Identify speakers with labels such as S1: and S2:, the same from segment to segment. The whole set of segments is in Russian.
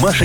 S1: Маша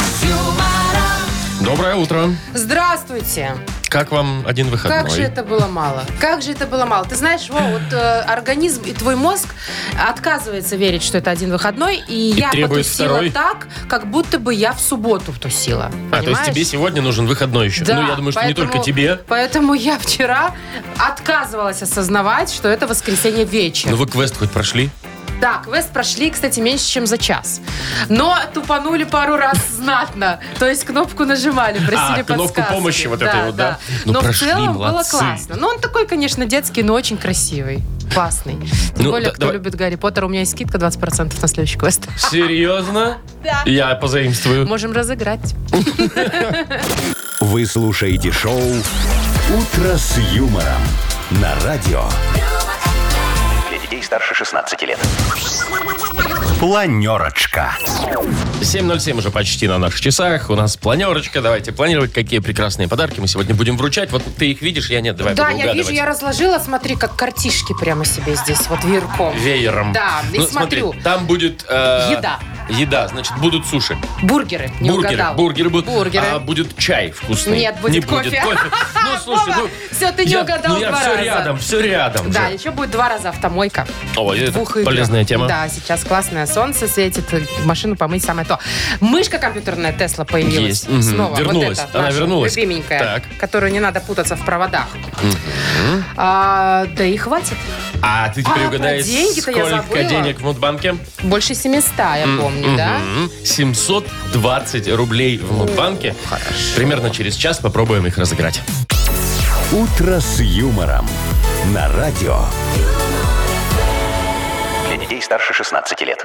S2: Доброе утро.
S3: Здравствуйте.
S2: Как вам один выходной?
S3: Как же это было мало? Как же это было мало? Ты знаешь, Вова, вот э, организм и твой мозг отказывается верить, что это один выходной, и, я
S2: требует
S3: потусила
S2: второй?
S3: так, как будто бы я в субботу тусила.
S2: А, то есть тебе сегодня нужен выходной еще?
S3: Да,
S2: ну, я думаю, что не
S3: поэтому-
S2: только тебе.
S3: Поэтому я вчера отказывалась осознавать, что это воскресенье вечер.
S2: Ну, вы квест хоть прошли?
S3: Да, квест прошли, кстати, меньше, чем за час. Но тупанули пару раз знатно. То есть кнопку нажимали, просили
S2: А, кнопку
S3: подсказки.
S2: помощи вот этой вот, да? Ну,
S3: Но
S2: прошли,
S3: в целом
S2: молодцы.
S3: было классно. Но он такой, конечно, детский, но очень красивый. Классный. Тем
S2: Ну,
S3: более,
S2: да-
S3: кто
S2: давай.
S3: любит Гарри Поттера, у меня есть скидка 20% на следующий квест.
S2: Серьезно?
S3: Да.
S2: Я позаимствую.
S3: Можем разыграть.
S1: Вы слушаете шоу «Утро с юмором» на радио. Для детей старше 16 лет. Планерочка.
S2: 7.07 уже почти на наших часах. У нас планерочка. Давайте планировать, какие прекрасные подарки мы сегодня будем вручать. Вот ты их видишь, я нет. Давай
S3: Да,
S2: буду
S3: я
S2: угадывать.
S3: вижу, я разложила, смотри, как картишки прямо себе здесь, вот веерком.
S2: Веером.
S3: Да, и
S2: ну,
S3: смотрю.
S2: Смотри, там будет... э,
S3: Еда.
S2: Еда, значит, будут суши.
S3: Бургеры, не
S2: бургеры,
S3: угадал.
S2: бургеры будут.
S3: Бургеры.
S2: А будет чай вкусный.
S3: Нет, будет
S2: не
S3: кофе.
S2: Будет кофе. Ну, слушай, ну...
S3: Все, ты не
S2: я-
S3: угадал
S2: ну, я
S3: два
S2: все
S3: раза.
S2: рядом, все рядом.
S3: Да,
S2: же.
S3: еще будет два раза автомойка.
S2: О, это
S3: Двух игр.
S2: полезная тема.
S3: Да, сейчас классное солнце светит, машину помыть самое то. Мышка компьютерная Тесла появилась
S2: Есть, мгм,
S3: снова.
S2: вернулась.
S3: Вот эта
S2: Она
S3: наша
S2: вернулась.
S3: Любименькая,
S2: Так.
S3: которую не надо путаться в проводах. А, да и хватит.
S2: А ты теперь
S3: А, про
S2: угадай,
S3: деньги-то я
S2: сколько
S3: забыла.
S2: денег в Мудбанке?
S3: Больше 700, я помню, да?
S2: Мгм. 720 рублей в Мудбанке. Примерно через час попробуем их разыграть.
S1: «Утро с юмором» на радио.
S4: Для детей старше 16 лет.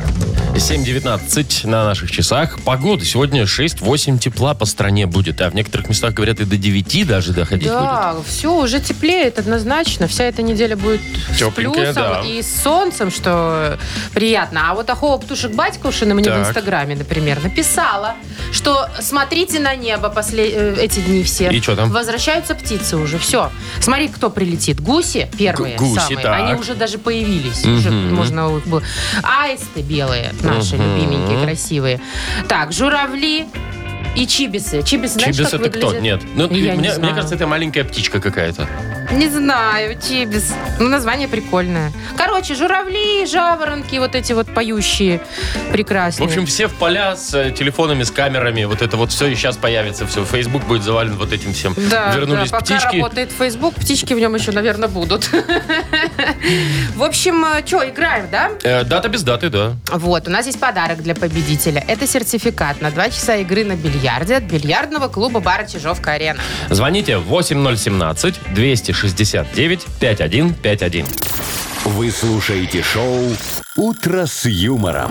S2: 7.19 на наших часах. Погода сегодня 6-8 тепла по стране будет. А в некоторых местах, говорят, и до 9 даже доходить
S3: Да, все, уже теплеет однозначно. Вся эта неделя будет с
S2: Тепленькая,
S3: плюсом
S2: да.
S3: и с солнцем, что приятно. А вот Ахова Птушек Батькушина мне
S2: Так.
S3: в Инстаграме, например, написала, что смотрите на небо после э, эти дни все.
S2: И чё там?
S3: Возвращаются птицы уже, все. Смотри, кто прилетит. Гуси первые
S2: Г- гуси,
S3: самые.
S2: так.
S3: Они уже даже появились. Уже можно их было- Аисты белые наши, любименькие, красивые. Так, журавли и чибисы. Чибисы, знаешь,
S2: Чибис
S3: как
S2: это кто? Нет.
S3: выглядят?
S2: Ну,
S3: Я не
S2: мне, мне
S3: знаю.
S2: кажется, это маленькая птичка какая-то.
S3: Не знаю, Чибис. Ну, название прикольное. Короче, журавли, жаворонки, вот эти вот поющие
S2: В
S3: прекрасные.
S2: общем, все в поля с э, телефонами, с камерами. Вот это вот все и сейчас появится. Все, Facebook будет завален вот этим всем.
S3: да,
S2: Вернулись
S3: да, пока
S2: птички.
S3: работает Facebook, птички в нем еще, наверное, будут. В общем, что, играем, да?
S2: Э, дата без даты, да.
S3: Вот, у нас есть подарок для победителя. Это сертификат на 2 часа игры на бильярде от бильярдного клуба бара Чижовка-Арена.
S2: Звоните 8017-269-5151.
S1: Вы слушаете шоу «Утро с юмором»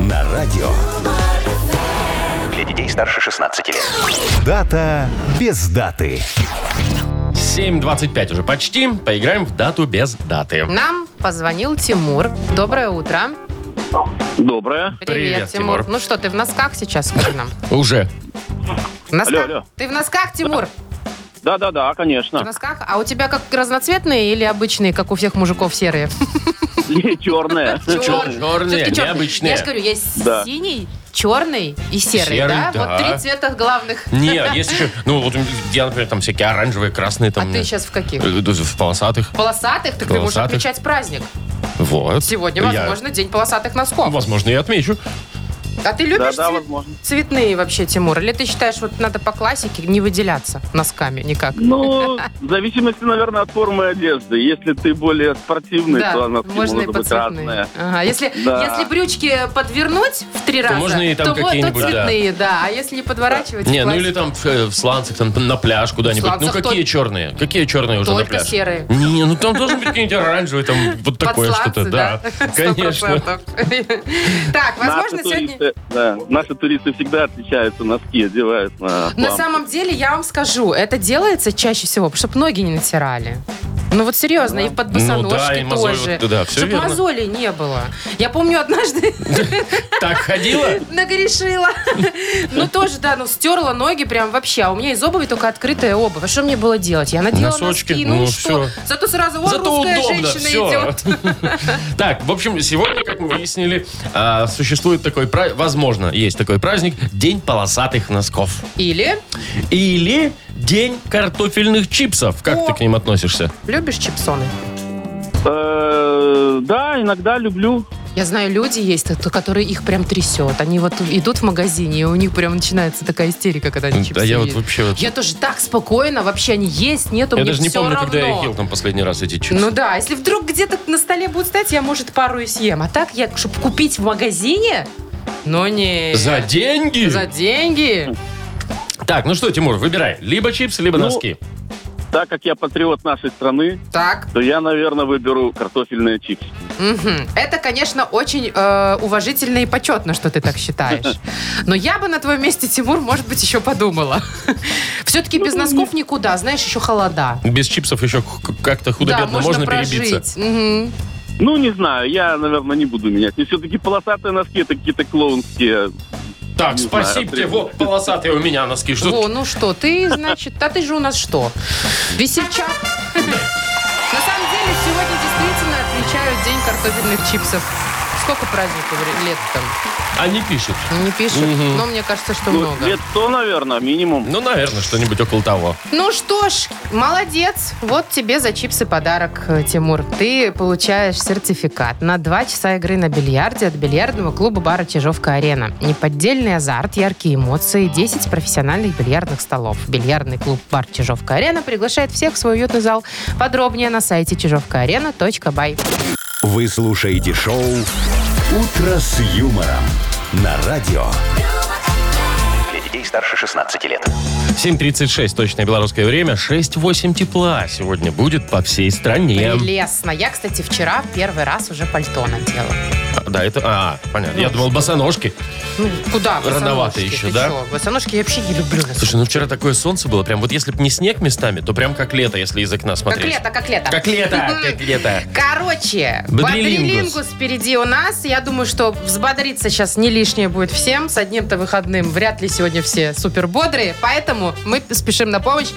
S1: на радио.
S4: Для детей старше 16 лет.
S1: Дата без даты.
S2: 7.25 уже почти. Поиграем в дату без даты.
S3: Нам позвонил Тимур. Доброе утро.
S5: Доброе.
S2: Привет, Тимур.
S3: Ну что, ты в носках сейчас, скажи нам?
S2: Уже.
S3: В носках?
S5: Алло, алло.
S3: Ты в носках, Тимур?
S5: Да-да-да,
S3: В
S5: конечно.
S3: носках? А у тебя как разноцветные или обычные, как у всех мужиков, серые?
S2: Черные,
S5: Черное.
S3: Всё-таки чёрные.
S2: необычные.
S3: Я же говорю, есть
S5: Да.
S3: синий, черный и серый,
S2: Серый,
S3: да?
S2: да.
S3: Вот три цвета главных.
S2: Не, есть еще... Ну, вот я, например, там всякие оранжевые, красные
S3: А
S2: там.
S3: ты сейчас в каких?
S2: э, э, В полосатых.
S3: Полосатых? Так ты можешь
S2: Полосатых.
S3: отмечать праздник.
S2: Вот.
S3: Сегодня,
S2: Я- Ну,
S3: возможно, день полосатых носков.
S2: Возможно, я отмечу.
S3: А ты любишь
S5: Да-да,
S3: цве-
S5: возможно.
S3: цветные вообще, Тимур? Или ты считаешь, вот надо по классике не выделяться носками никак?
S5: Ну, в зависимости, наверное, от формы одежды. Если ты более спортивный, то
S3: Да,
S5: она
S3: можно и
S5: может быть
S3: подцветные.
S5: разная.
S3: Ага, если,
S5: Да.
S3: если брючки подвернуть в три раза,
S2: можно и там
S3: то, вот- то
S2: какие-нибудь, да.
S3: цветные, да. А если не подворачивать,
S2: Не,
S3: в
S2: ну
S3: классике,
S2: или там в, э, в сланцах, там на пляж куда-нибудь. Ну
S3: сланцах
S2: какие
S3: только-
S2: черные? Какие черные уже на
S3: Только
S2: пляж?
S3: серые.
S2: Не, ну там должен быть какие-нибудь оранжевые, там вот такое
S3: Подсланцы,
S2: что-то, да.
S3: Сто
S2: Конечно.
S3: процентов. Так, возможно,
S5: наши,
S3: сегодня...
S5: туристы, да, наши туристы всегда отличаются, носки одевают на,
S3: На
S5: плавки.
S3: самом деле, я вам скажу, это делается чаще всего, чтобы ноги не натирали. Ну вот серьезно, и под
S2: Ну да, и
S3: босоножки
S2: мозоль,
S3: тоже.
S2: вот, да, всё
S3: Чтоб
S2: верно.
S3: мозолей не было. Я помню однажды
S2: Так ходила?
S3: нагрешила. Ну тоже, да, ну стерла ноги прям вообще. А у меня из обуви только открытая обувь. А что мне было делать? Я надела
S2: Носочки,
S3: носки, ну
S2: ну,
S3: и что?
S2: всё.
S3: Зато сразу, о,
S2: Зато
S3: русская
S2: удобно,
S3: женщина
S2: все.
S3: идет.
S2: Так, в общем, сегодня, как мы выяснили, а, существует такой, пра- возможно, есть такой праздник, День полосатых носков.
S3: Или
S2: Или День картофельных чипсов. Как
S3: О.
S2: ты к ним относишься?
S3: любишь чипсоны?
S5: Э, да, иногда люблю.
S3: Я знаю, люди есть, это- которые их прям трясет. Они вот идут в магазине, и у них прям начинается такая истерика, когда они чипсы
S2: Да я вот
S3: едят.
S2: вообще... вот-
S3: Я тоже так спокойно, вообще они есть, нету,
S2: Я
S3: мне
S2: даже не
S3: всё
S2: помню,
S3: равно.
S2: когда я ел там последний раз эти чипсы.
S3: Ну да, если вдруг где-то на столе будет стоять, я, может, пару и съем. А так я, чтобы купить в магазине, но не...
S2: За деньги?
S3: За деньги?
S2: Так, ну что, Тимур, выбирай. Либо чипсы, либо
S5: Ну,
S2: носки.
S5: Так как я патриот нашей страны,
S3: Так.
S5: то я, наверное, выберу картофельные чипсы.
S3: мгм. Это, конечно, очень э, уважительно и почетно, что ты так считаешь. Но я бы на твоем месте, Тимур, может быть, еще подумала.
S2: Ну,
S3: Все-таки без носков никуда, знаешь, еще холода.
S2: Без чипсов еще к- как-то худо-бедно
S3: да,
S2: можно,
S3: можно,
S2: перебиться.
S3: прожить. Мгм.
S5: Ну, не знаю, я, наверное, не буду менять. И все-таки полосатые носки это какие-то клоунские.
S2: Так,
S5: Не знаю,
S2: спасибо тебе.
S5: прикольно.
S2: Вот полосатые у меня носки. Что
S3: Во, ну что, ты, значит, да ты же у нас что? Весельчак? На самом деле, сегодня действительно отмечают День картофельных чипсов. Сколько праздников ре- лет там?
S2: они А пишут?
S3: Не пишут, но мне кажется, что
S5: Ну,
S3: много.
S5: лет 100, наверное, минимум.
S2: Ну, наверное, что-нибудь около того.
S3: Ну что ж, молодец. Вот тебе за чипсы подарок, э, Тимур. Ты получаешь сертификат на два часа игры на бильярде от бильярдного клуба бара «Чижовка-арена». Неподдельный азарт, яркие эмоции, 10 профессиональных бильярдных столов. Бильярдный клуб бар «Чижовка-арена» приглашает всех в свой уютный зал. Подробнее на сайте чижовкаарена.бай.
S1: Вы слушаете шоу «Утро с юмором» на радио.
S4: Для детей старше 16 лет.
S2: 7.36, точное белорусское время. 6-8 тепла сегодня будет по всей стране.
S3: Прелестно. Я, кстати, вчера в первый раз уже пальто надела.
S2: А, да, это... А, понятно. Я думал, босоножки.
S3: Ну, куда?
S2: Рановато
S3: босоножки?
S2: еще,
S3: Ты
S2: да?
S3: чё? Босоножки я вообще не люблю. на самом
S2: Слушай, ну вчера такое солнце было. Прям вот если бы не снег местами, то прям как лето, если из окна
S3: Как
S2: смотреть.
S3: лето, как лето.
S2: Как лето, как лето.
S3: Короче,
S2: Бодрилингус.
S3: бодрилингус впереди у нас. Я думаю, что взбодриться сейчас не лишнее будет всем. С одним-то выходным вряд ли сегодня все супер бодрые. Поэтому мы спешим на помощь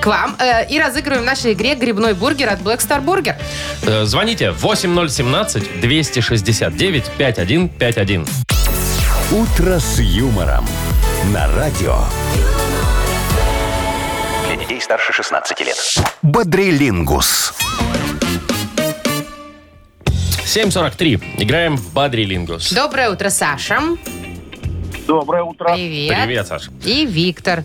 S3: к вам э, и разыгрываем в нашей игре грибной бургер от Black Star Burger.
S2: Э, Звоните 8017-269-5151.
S1: «Утро с юмором» на радио.
S4: Для детей старше 16 лет.
S1: Бодрилингус.
S2: 7.43. Играем в Бадрилингус.
S3: Доброе утро, Саша.
S5: Доброе утро.
S3: Привет.
S2: Привет, Саш.
S3: И Виктор.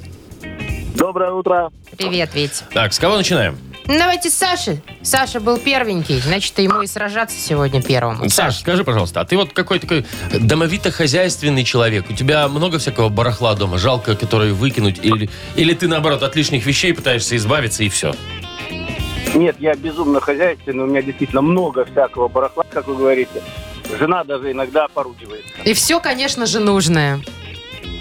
S5: Доброе утро.
S3: Привет, Вить.
S2: Так, с кого начинаем?
S3: Ну, Давайте с Саши. Саша был первенький, значит, ему и сражаться сегодня первым.
S2: Саш, скажи, пожалуйста, а ты вот какой такой домовито-хозяйственный человек? У тебя много всякого барахла дома, жалко, который выкинуть? Или, или ты, наоборот, от лишних вещей пытаешься избавиться и все?
S6: Нет, я безумно хозяйственный, у меня действительно много всякого барахла, как вы говорите. Жена даже иногда поругивает.
S3: И все, конечно же, нужное.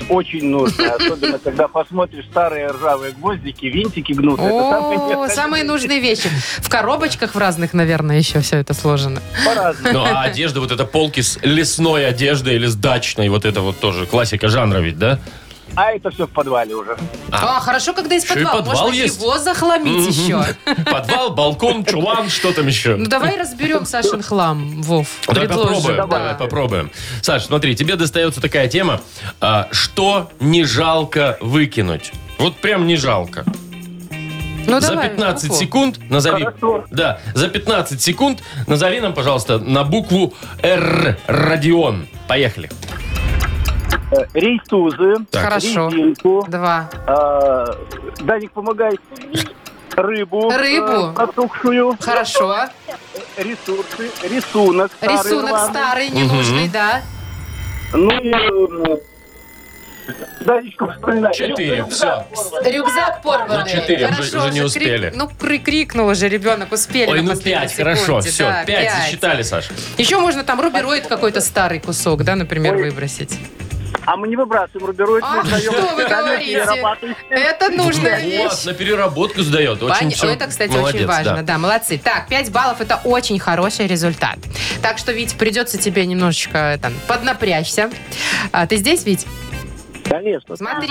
S6: Очень нужно, особенно когда посмотришь старые ржавые гвоздики, винтики гнутся. Это самое
S3: О, ну-
S6: необходимое.
S3: самые нужные вещи. В коробочках в разных, наверное, еще все это сложено.
S6: По-разному.
S2: Ну, а одежда, вот это полки с лесной одеждой или с дачной, вот это вот тоже классика жанра ведь, да?
S6: А это все в подвале уже.
S2: А.
S3: А, хорошо, когда из
S2: Еще и
S3: подвала.
S2: подвал
S3: Можно
S2: есть.
S3: его захламить
S2: Мгм.
S3: еще.
S2: Подвал, балкон, чулан, что там еще?
S3: Ну, давай разберем Сашин хлам, Вов.
S2: Давай
S3: Предложим.
S2: попробуем,
S3: Да.
S2: давай попробуем. Саш, смотри, тебе достается такая тема, а, что не жалко выкинуть. Вот прям не жалко.
S3: Ну,
S2: за
S3: давай,
S2: 15
S3: Вов.
S2: секунд назови.
S6: Хорошо.
S2: Да, за 15 секунд назови нам, пожалуйста, на букву Р Родион. Поехали.
S6: Э, Рейтузы,
S3: Хорошо.
S6: резинку,
S3: Два.
S6: э, Даник, помогай. Рыбу.
S3: Рыбу.
S6: э, Протухшую.
S3: Хорошо.
S6: Ресурсы. Рисунок. старый
S3: Рисунок
S6: рваный.
S3: старый, ненужный, да.
S6: Ну и... э, Данечка, вспоминай.
S2: Четыре, все.
S3: Рюкзак порванный.
S2: Ну, четыре, уже-
S3: Хорошо,
S2: уже не
S3: крик-
S2: успели.
S3: Ну, прикрикнул уже ребенок, успели.
S2: Ой,
S3: на
S2: ну
S3: последней
S2: 5,
S3: секунде,
S2: хорошо,
S3: да,
S2: все, 5,
S3: пять.
S2: засчитали, Саша.
S3: Еще можно там рубероид какой-то старый кусок, да, например, выбросить.
S6: А мы не выбрасываем рубероид,
S3: А,
S6: мы сдаем
S3: что вы говорите? Это нужная
S2: Вот,
S3: вещь.
S2: Ну, на переработку сдает. Очень
S3: Пон- ну,
S2: всё-
S3: Это, кстати,
S2: молодец,
S3: очень важно.
S2: да.
S3: Да. молодцы. Так, 5 баллов это очень хороший результат. Так что, Вить, придется тебе немножечко там, поднапрячься. А, ты здесь, Вить?
S6: Конечно.
S3: Смотри,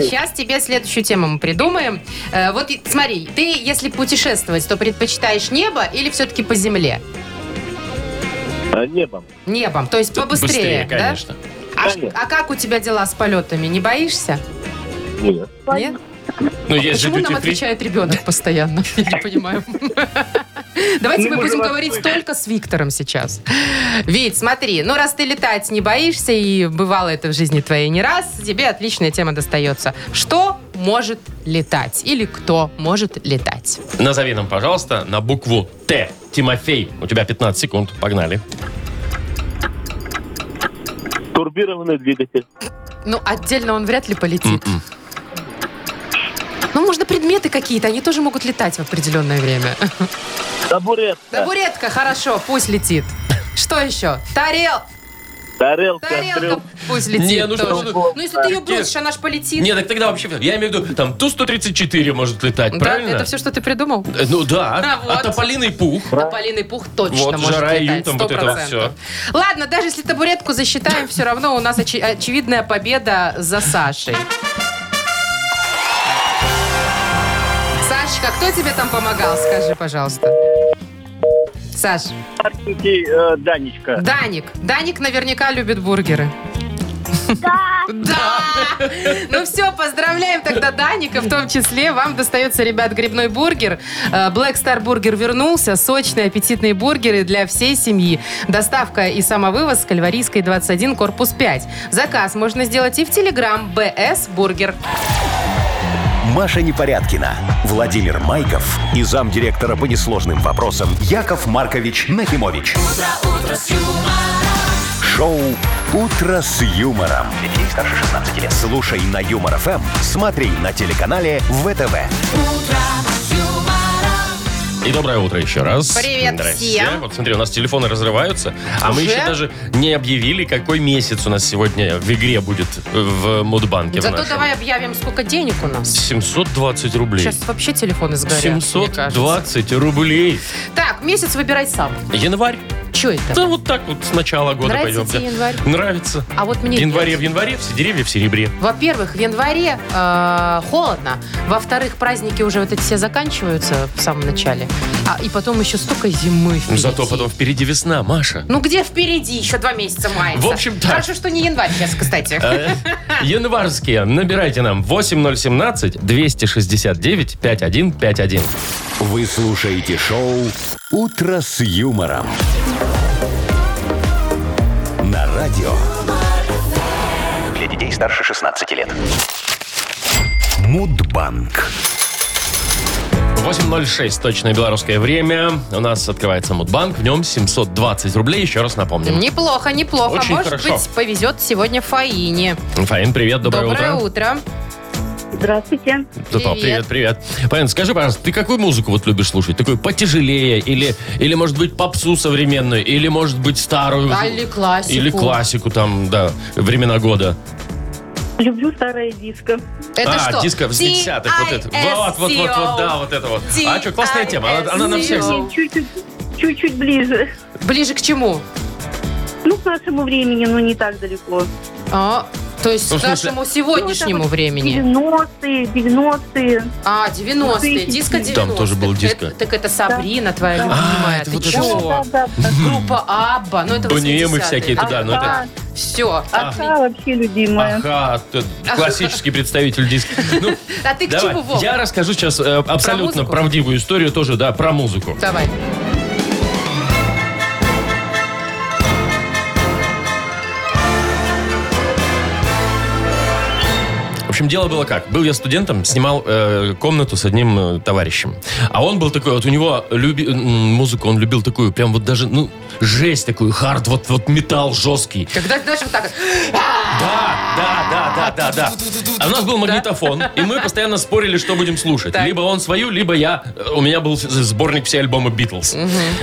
S3: сейчас тебе следующую тему мы придумаем. Э, вот и- смотри, ты, если путешествовать, то предпочитаешь небо или все-таки по земле?
S6: А, Небом.
S3: Небом, то есть побыстрее,
S2: Быстрее,
S3: да?
S2: конечно.
S3: А, ш-
S6: Конечно.
S3: а как у тебя дела с полетами? Не боишься?
S6: Нет.
S3: Нет?
S2: Ну, есть же
S3: А Почему нам
S2: duty free.
S3: отвечает ребенок постоянно? Я не понимаю. Давайте
S6: Ну, мы
S3: мы будем
S6: же вас
S3: говорить
S6: слышим.
S3: только с Виктором сейчас. Вить, смотри, ну раз ты летать не боишься, и бывало это в жизни твоей не раз, тебе отличная тема достается. Что может летать? Или кто может летать?
S2: Назови нам, пожалуйста, на букву Т. Тимофей, у тебя 15 секунд. Погнали.
S6: Турбированный двигатель.
S3: Ну, отдельно он вряд ли полетит. Ну, можно предметы какие-то, они тоже могут летать в определенное время.
S6: Табуретка.
S3: Табуретка, хорошо, пусть летит. Что еще? Тарел,
S6: Тарелка.
S3: тарелка,
S6: стрел-
S3: пусть летит.
S2: Не, ну что
S3: тоже.
S2: вы-
S3: Ну, если ты ее бросишь, она ж полетит.
S2: Не, так тогда вообще... Я имею в виду, там Ту-134 может летать,
S3: Да,
S2: правильно?
S3: это все, что ты придумал?
S2: Э, Ну да,
S3: Да,
S2: а
S3: вот.
S2: тополиный пух.
S3: Тополиный пух точно
S2: Вот,
S3: может
S2: жара, июнь,
S3: летать,
S2: там вот это
S3: 100%.
S2: всё.
S3: Ладно, даже если табуретку засчитаем, все равно у нас очи- очевидная победа за Сашей. Сашечка, кто тебе там помогал, скажи, пожалуйста. Саш,
S6: Маленький э, Данечка.
S3: Даник. Даник наверняка любит бургеры. Да! Ну все, поздравляем тогда Даника, в том числе. Вам достается, ребят, грибной бургер. Э, Black Star Burger вернулся. Сочные, аппетитные бургеры для всей семьи. Доставка и самовывоз с Кальварийской 21, корпус 5. Заказ можно сделать и в Телеграм БС Бургер.
S1: Маша Непорядкина, Владимир Майков и замдиректора по несложным вопросам Яков Маркович Нахимович. Шоу Утро с юмором. Для детей старше 16 лет. Слушай на юмор ФМ, смотри на телеканале ВТВ.
S2: И доброе утро еще раз.
S3: Привет
S2: Здрасте.
S3: всем.
S2: Вот смотри, у нас телефоны разрываются, а мы
S3: Уже?
S2: еще даже не объявили, какой месяц у нас сегодня в игре будет э, в Мудбанке. в
S3: Зато
S2: нашем.
S3: давай объявим, сколько денег у нас.
S2: 720 рублей.
S3: Сейчас вообще телефоны сгорят, мне кажется.
S2: 720 рублей.
S3: Так, месяц выбирай сам.
S2: Январь.
S3: Че это?
S2: Да вот так вот с начала года
S3: Нравится
S2: пойдем.
S3: тебе
S2: Да.
S3: январь?
S2: Нравится.
S3: А вот мне
S2: в январе
S3: нет.
S2: в январе, все деревья в серебре.
S3: Во-первых, в январе э, холодно. Во-вторых, праздники уже вот эти все заканчиваются в самом начале. А, и потом еще столько зимы впереди.
S2: Зато потом впереди весна, Маша.
S3: Ну где впереди еще два месяца мая?
S2: В общем, так.
S3: Хорошо, что не январь сейчас, кстати.
S2: Э, Январские. Набирайте нам 8017-269-5151.
S1: Вы слушаете шоу Утро с юмором. На радио
S4: Для детей старше 16 лет.
S1: Мудбанк.
S2: 8.06, точное белорусское время. У нас открывается Мудбанк, в нем 720 рублей, еще раз напомним.
S3: Неплохо, неплохо.
S2: Очень
S3: Может
S2: хорошо.
S3: быть, повезет сегодня Фаине.
S2: Фаин, привет, доброе, утро.
S3: утро.
S7: Здравствуйте.
S2: Зато привет,
S3: Привет.
S2: привет. Фаин, скажи, пожалуйста, ты какую музыку вот любишь слушать? Такую потяжелее или, или может быть, попсу современную, или, может быть, старую?
S3: А, Или классику.
S2: Или классику там, да, времена года.
S7: Люблю старое диско.
S3: Это
S2: а,
S3: что?
S2: диско с 50-х, вот это. Вот, вот, вот, вот, да, вот это вот. А что, классная тема, она, она на всех...
S3: TISCO.
S7: И чуть-чуть, чуть-чуть ближе.
S3: Ближе к чему?
S7: Ну, к нашему времени, но не так далеко.
S3: А, то есть
S2: Ну, в
S3: к
S2: смысле-
S3: нашему сегодняшнему
S7: Ну, это вот
S3: времени.
S7: 90-е, 90-е.
S3: А,
S2: Ну,
S3: 90-е, диско 90-е.
S2: Там тоже был диско.
S3: Это- так это Сабрина, твоя
S7: Да.
S2: А,
S3: любимая.
S2: это
S3: Ты
S2: вот это
S3: чё?
S7: Да, да, да.
S3: Группа Абба. Ну, это
S2: Бониемы всякие, это да, но это...
S7: Ага,
S3: Все.
S7: ага, вообще любимая.
S2: Ага, т- классический представитель диска. Ну,
S3: А ты к
S2: давай.
S3: чему, Вов?
S2: Я расскажу сейчас э, абсолютно
S3: музыку?
S2: правдивую историю тоже, да, про музыку.
S3: Давай.
S2: В общем, дело было как. Был я студентом, снимал э, комнату с одним э, товарищем. А он был такой, вот у него люби- м, музыку, он любил такую, прям вот даже, ну, жесть такую, хард, вот, вот металл жесткий.
S3: Когда, знаешь, вот так...
S2: Да, да, да, да, да, да. А у нас был магнитофон, и мы постоянно спорили, что будем слушать.
S3: Так.
S2: Либо он свою, либо я. Э, У меня был с- сборник все альбомы Битлз.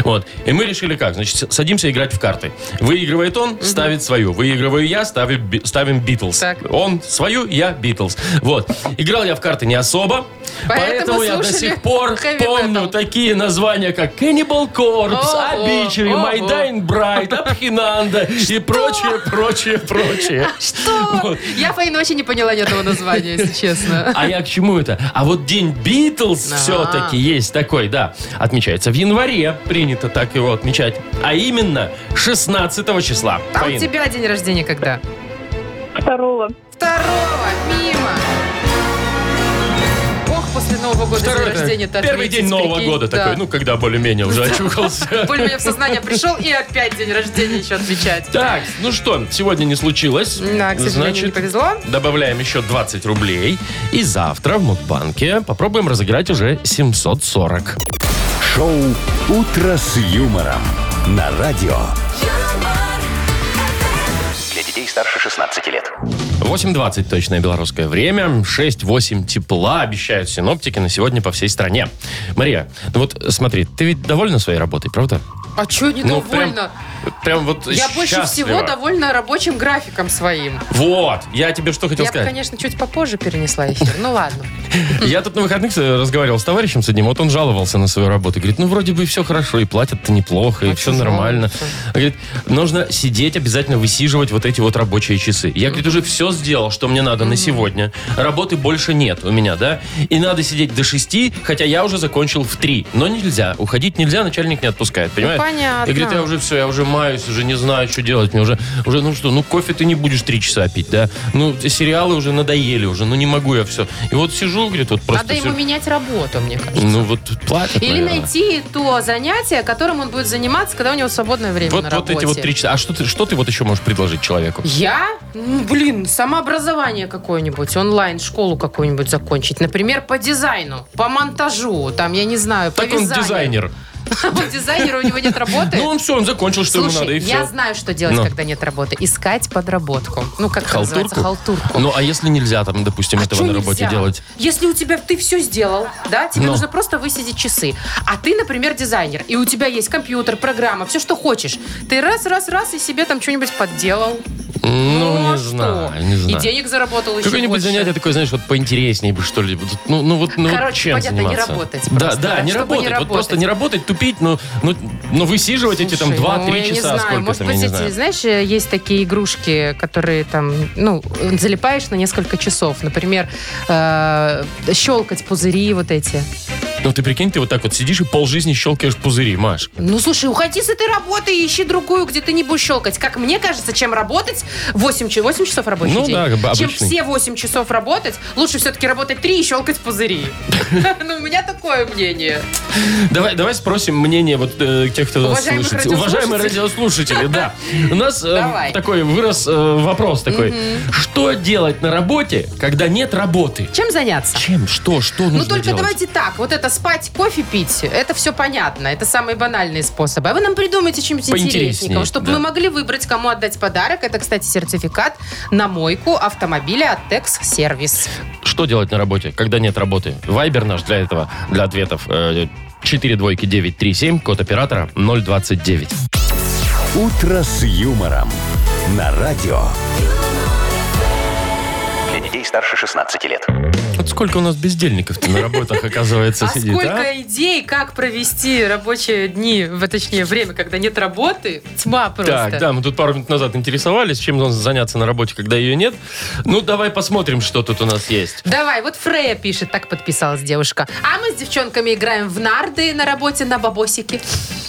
S2: Вот. И мы решили как? Значит, с- садимся играть в карты. Выигрывает он, ставит свою. Выигрываю я, ставим, Би- ставим Битлз.
S3: Так.
S2: Он свою, я Битлз. Вот. Играл я в карты не особо.
S3: Поэтому
S2: Поэтому, я до
S3: слушали
S2: сих пор
S3: хэви
S2: помню
S3: метал.
S2: такие названия, как Cannibal Corpse,
S3: Ого,
S2: Обичай,
S3: ого.
S2: Майдайн Брайт, Абхинанда и прочее, прочее, прочее.
S3: «А, Что?
S2: Вот.
S3: Я по ночи не поняла ни одного названия, если честно.
S2: А я к чему это? А вот День Битлз
S3: А.
S2: все-таки есть такой, да. Отмечается в январе, принято так его отмечать. А именно 16 числа.
S3: А у
S2: Фаина.
S3: тебя день рождения когда?
S7: Второго.
S3: Второго, мимо. Ох, после Нового года
S2: Второй
S3: день
S2: это
S3: рождения-то
S2: Первый
S3: отметить,
S2: день Нового
S3: прикинь,
S2: года
S3: да.
S2: такой, ну, когда более-менее уже очухался.
S3: Боль меня в сознание пришел и опять день рождения еще отмечать.
S2: Так, ну что, сегодня не случилось.
S3: Да, к сожалению, не повезло.
S2: Добавляем еще 20 рублей. И завтра в Мудбанке попробуем разыграть уже 740.
S1: Шоу «Утро с юмором» на радио.
S4: Для детей старше 16 лет.
S2: 8.20 точное белорусское время. 6-8 тепла обещают синоптики на сегодня по всей стране. Мария, ну вот смотри, ты ведь довольна своей работой, правда? Ну,
S3: А что недовольна?
S2: прям, прям вот
S3: Я больше всего
S2: счастлива.
S3: довольна рабочим графиком своим.
S2: Вот, я тебе что хотел
S3: Я бы,
S2: сказать.
S3: конечно, чуть попозже перенесла эфир. Ну ладно.
S2: Я тут на выходных э, разговаривал с товарищем с одним, вот он жаловался на свою работу. Говорит, ну вроде бы все хорошо, и платят-то неплохо, и
S3: А
S2: все
S3: чё
S2: нормально.
S3: жаловаться?
S2: Говорит, нужно сидеть, обязательно высиживать вот эти вот рабочие часы. Я, говорит, уже все сделал, что мне надо на сегодня. Работы больше нет у меня, да? И надо сидеть до шести, хотя я уже закончил в три. Но нельзя, уходить нельзя, начальник не отпускает, понимаешь?
S3: понятно.
S2: И говорит, я уже все, я уже маюсь, уже не знаю, что делать. Мне уже, уже, ну что, ну кофе ты не будешь три часа пить, да? Ну, сериалы уже надоели уже, ну не могу я все. И вот сижу, говорит, вот просто...
S3: Надо ему
S2: всё-
S3: менять работу, мне кажется.
S2: ну вот платят,
S3: Или
S2: наверное.
S3: найти то занятие, которым он будет заниматься, когда у него свободное время
S2: Вот,
S3: на
S2: вот
S3: работе.
S2: эти вот три часа. А что ты, что ты вот еще можешь предложить человеку?
S3: Я? М, Блин, самообразование какое-нибудь, онлайн-школу какую-нибудь закончить. Например, по дизайну, по монтажу, там, я не знаю, по
S2: Так он
S3: вязанию.
S2: дизайнер.
S3: Он дизайнер, у него нет работы.
S2: Ну он все, он закончил, что ему
S3: Слушай,
S2: надо, и
S3: я
S2: все.
S3: знаю, что делать,
S2: Ну.
S3: когда нет работы. Искать подработку. Ну, как это называется? Халтурку.
S2: Ну а если нельзя там, допустим,
S3: А
S2: этого
S3: чё
S2: на работе
S3: нельзя?
S2: делать?
S3: Если у тебя ты все сделал, да, тебе
S2: Ну.
S3: нужно просто высидеть часы. А ты, например, дизайнер, и у тебя есть компьютер, программа, все, что хочешь. Ты раз, раз, раз и себе там что-нибудь подделал.
S2: Ну, не
S3: а что?
S2: знаю, не знаю.
S3: И денег заработал еще
S2: Какое-нибудь
S3: больше.
S2: занятие такое, знаешь, вот поинтереснее бы что ли. Вот, Ну, ну вот, ну, вот
S3: Короче,
S2: чем
S3: понятно, не
S2: заниматься?
S3: работать
S2: Да,
S3: просто,
S2: да,
S3: да,
S2: не
S3: чтобы
S2: работать.
S3: не
S2: вот
S3: работать.
S2: просто не работать, тупить, но, но, но высиживать эти там
S3: Слушай,
S2: 2-3
S3: ну, я
S2: часа,
S3: не знаю.
S2: сколько
S3: Может
S2: там,
S3: быть,
S2: я не
S3: эти,
S2: знаю.
S3: знаешь, э, есть такие игрушки, которые там, ну, э, залипаешь на несколько часов. Например, э, щелкать пузыри вот эти.
S2: Ну ты прикинь, ты вот так вот сидишь и полжизни щелкаешь пузыри, Маш.
S3: Ну, слушай, уходи с этой работы и ищи другую, где ты не будешь щелкать. Как мне кажется, чем работать 8, чи- 8 часов рабочий
S2: Ну
S3: день.
S2: да, как бы
S3: чем
S2: обычный.
S3: все 8 часов работать, лучше все-таки работать 3 и щелкать пузыри. Ну, у меня такое мнение.
S2: Давай, давай спросим мнение вот э, тех, кто нас
S3: Уважаемых
S2: слышит. Уважаемые радиослушатели, да. У нас э,
S3: Давай.
S2: такой вырос э, вопрос такой. Что делать на работе, когда нет работы?
S3: Чем заняться?
S2: Чем? Что? Что нужно
S3: Ну только
S2: делать?
S3: давайте так, вот это спать, кофе пить, это все понятно, это самые банальные способы. А вы нам придумайте чем-нибудь
S2: Поинтереснее,
S3: интересненького, чтобы
S2: да.
S3: мы могли выбрать, кому отдать подарок. Это, кстати, сертификат на мойку автомобиля от Tex Сервис.
S2: Что делать на работе, когда нет работы? Вайбер наш для этого, для ответов. э, 4 двойки 937, код оператора 029.
S1: «Утро с юмором» на радио.
S4: Для детей старше 16 лет.
S2: Вот сколько у нас бездельников-то на работах, оказывается,
S3: А
S2: сидит,
S3: сколько
S2: а?
S3: идей, как провести рабочие дни, в- точнее время, когда нет работы, тьма просто.
S2: Так, да, мы тут пару минут назад интересовались, чем нужно заняться на работе, когда ее нет. Ну, давай посмотрим, что тут у нас есть.
S3: Давай, вот Фрея пишет, так подписалась девушка. А мы с девчонками играем в нарды на работе на бабосики.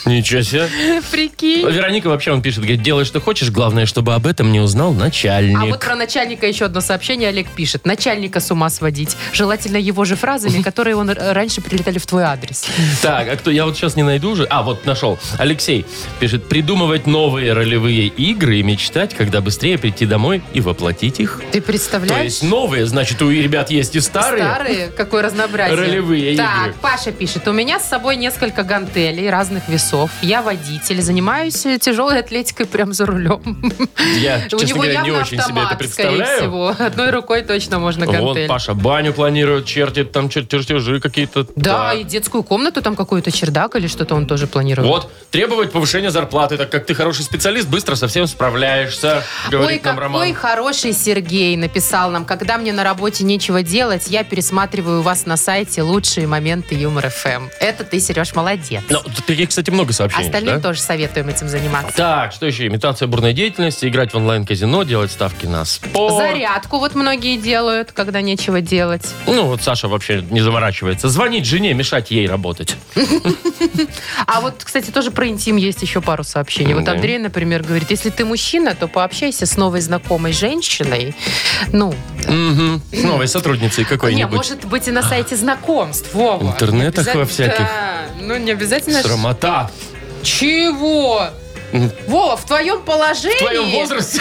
S2: Ничего себе.
S3: Прикинь.
S2: Вероника вообще, он пишет, говорит, делай, что хочешь, главное, чтобы об этом не узнал начальник.
S3: А вот про начальника еще одно сообщение Олег пишет. Начальника с ума сводить. Желательно его же фразами, которые он р- раньше прилетали в твой адрес.
S2: Так, а кто? Я вот сейчас не найду уже. А, вот нашел. Алексей пишет, придумывать новые ролевые игры и мечтать, когда быстрее прийти домой и воплотить их.
S3: Ты
S2: То
S3: представляешь?
S2: есть новые, значит, у ребят есть и старые.
S3: какое разнообразие.
S2: Ролевые
S3: Так,
S2: игры.
S3: Паша пишет, у меня с собой несколько гантелей разных весов. Я водитель, занимаюсь э, тяжелой атлетикой прям за рулем.
S2: Я, честно
S3: у него
S2: говоря,
S3: явно
S2: не очень себе это
S3: автомат, скорее
S2: представляю.
S3: всего. Одной рукой точно можно
S2: Вон
S3: гантель.
S2: Паша баню планирует, чертит там чер- чертежи какие-то.
S3: Да,
S2: Так.
S3: и детскую комнату там какую-то чердак или что-то он тоже планировал.
S2: Вот, требовать повышения зарплаты, так как ты хороший специалист, быстро совсем справляешься, говорит
S3: Ой,
S2: нам
S3: какой
S2: Роман.
S3: хороший Сергей написал нам. Когда мне на работе нечего делать, я пересматриваю у вас на сайте лучшие моменты Юмор ФМ. Это ты, Сереж, молодец.
S2: Ну, тут таких, кстати, много сообщений.
S3: Остальным
S2: да?
S3: тоже советуем этим заниматься.
S2: Так, что еще? Имитация бурной деятельности, играть в онлайн-казино, делать ставки на спорт.
S3: Зарядку вот многие делают, когда нечего делать.
S2: Ну, вот Саша вообще не заморачивается. Звонить жене, мешать ей работать.
S3: А вот, кстати, тоже про интим есть еще пару сообщений. Вот
S2: Да.
S3: Андрей, например, говорит, если ты мужчина, то пообщайся с новой знакомой женщиной. Ну,
S2: Мгм. С новой сотрудницей
S3: не,
S2: какой-нибудь.
S3: может быть и на сайте знакомств, Вова.
S2: В интернетах
S3: Не обяза-
S2: во всяких.
S3: Да, ну не обязательно. ж-
S2: Срамота.
S3: Чего?
S2: М.
S3: Вова, в твоем положении...
S2: Ну. В твоем возрасте.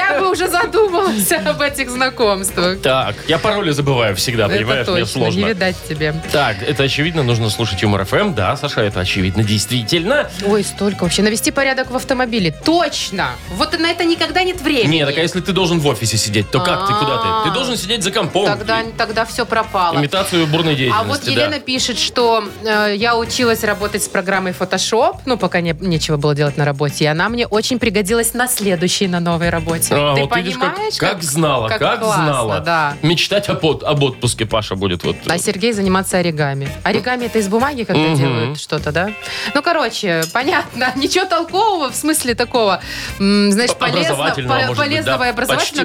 S3: Я бы уже задумалась об этих знакомствах.
S2: Так, я пароли забываю всегда, понимаешь,
S3: Это
S2: мне
S3: точно, не
S2: сложно.
S3: видать тебе.
S2: Так, это очевидно, нужно слушать Юмор ФМ. Да, Саша, это очевидно, действительно.
S3: Ой, столько вообще. Навести порядок в автомобиле. Точно! Вот на это никогда нет времени.
S2: Не, так а если ты должен в офисе сидеть, то как ты, куда ты?
S3: А.
S2: Ты должен сидеть за компом.
S3: Тогда, тогда все пропало.
S2: Имитацию бурной
S3: А
S2: деятельности,
S3: вот
S2: да.
S3: Елена пишет, что э, я училась работать с программой Photoshop, ну, пока не- нечего было делать на работе, и она мне очень пригодилась на следующей, на новой работе.
S2: А,
S3: Ты
S2: вот видишь, как,
S3: понимаешь?
S2: как знала, как,
S3: классно,
S2: знала.
S3: да.
S2: Мечтать об, от- об отпуске Паша будет вот.
S3: А Сергей заниматься оригами. Оригами это из бумаги когда
S2: Мгм.
S3: делают что-то, да? Ну, короче, понятно. Ничего толкового, в смысле такого, м, знаешь, полезного,
S2: Образовательного, может быть,
S3: полезного
S2: да.
S3: и образовательного,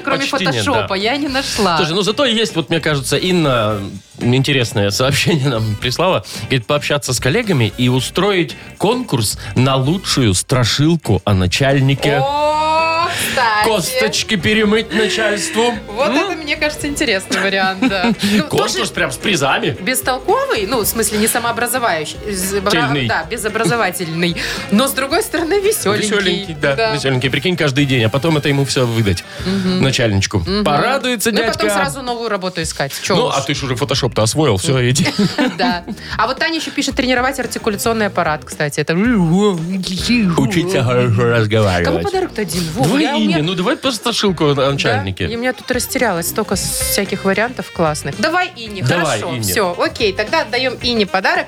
S2: Почти-
S3: кроме
S2: почти нет, да.
S3: фотошопа, я не нашла.
S2: Слушай, ну зато есть, вот мне кажется, Инна интересное сообщение нам прислала. Говорит, пообщаться с коллегами и устроить конкурс на лучшую страшилку о начальнике.
S3: О, кстати.
S2: Косточки перемыть начальству.
S3: Вот
S2: М?
S3: это, мне кажется, интересный вариант, да. Ну,
S2: Конкурс
S3: тоже
S2: прям с призами.
S3: бестолковый, ну, в смысле, не самообразовающий. из- бра-
S2: Тельный.
S3: Да, безобразовательный. Но, с другой стороны, веселенький.
S2: Веселенький, да, веселенький. Прикинь, каждый день, а потом это ему все выдать. Начальничку. Порадуется
S3: Ну, и
S2: дядька.
S3: потом сразу новую работу искать. Чё
S2: ну,
S3: уж.
S2: а ты ж уже фотошоп-то освоил, все, иди.
S3: Да. А вот Таня еще пишет тренировать артикуляционный аппарат, кстати. Это...
S2: Учиться
S3: Учиться
S2: хорошо
S3: А Кому
S2: разговаривать.
S3: подарок-то один? Вова,
S2: Твои
S3: я- у меня-
S2: имя, ну давай просто страшилку о начальнике.
S3: Да, и у меня тут растерялось столько с- всяких вариантов классных. Давай Ине,
S2: Давай
S3: хорошо,
S2: Ине.
S3: все, окей, тогда отдаем Ине подарок.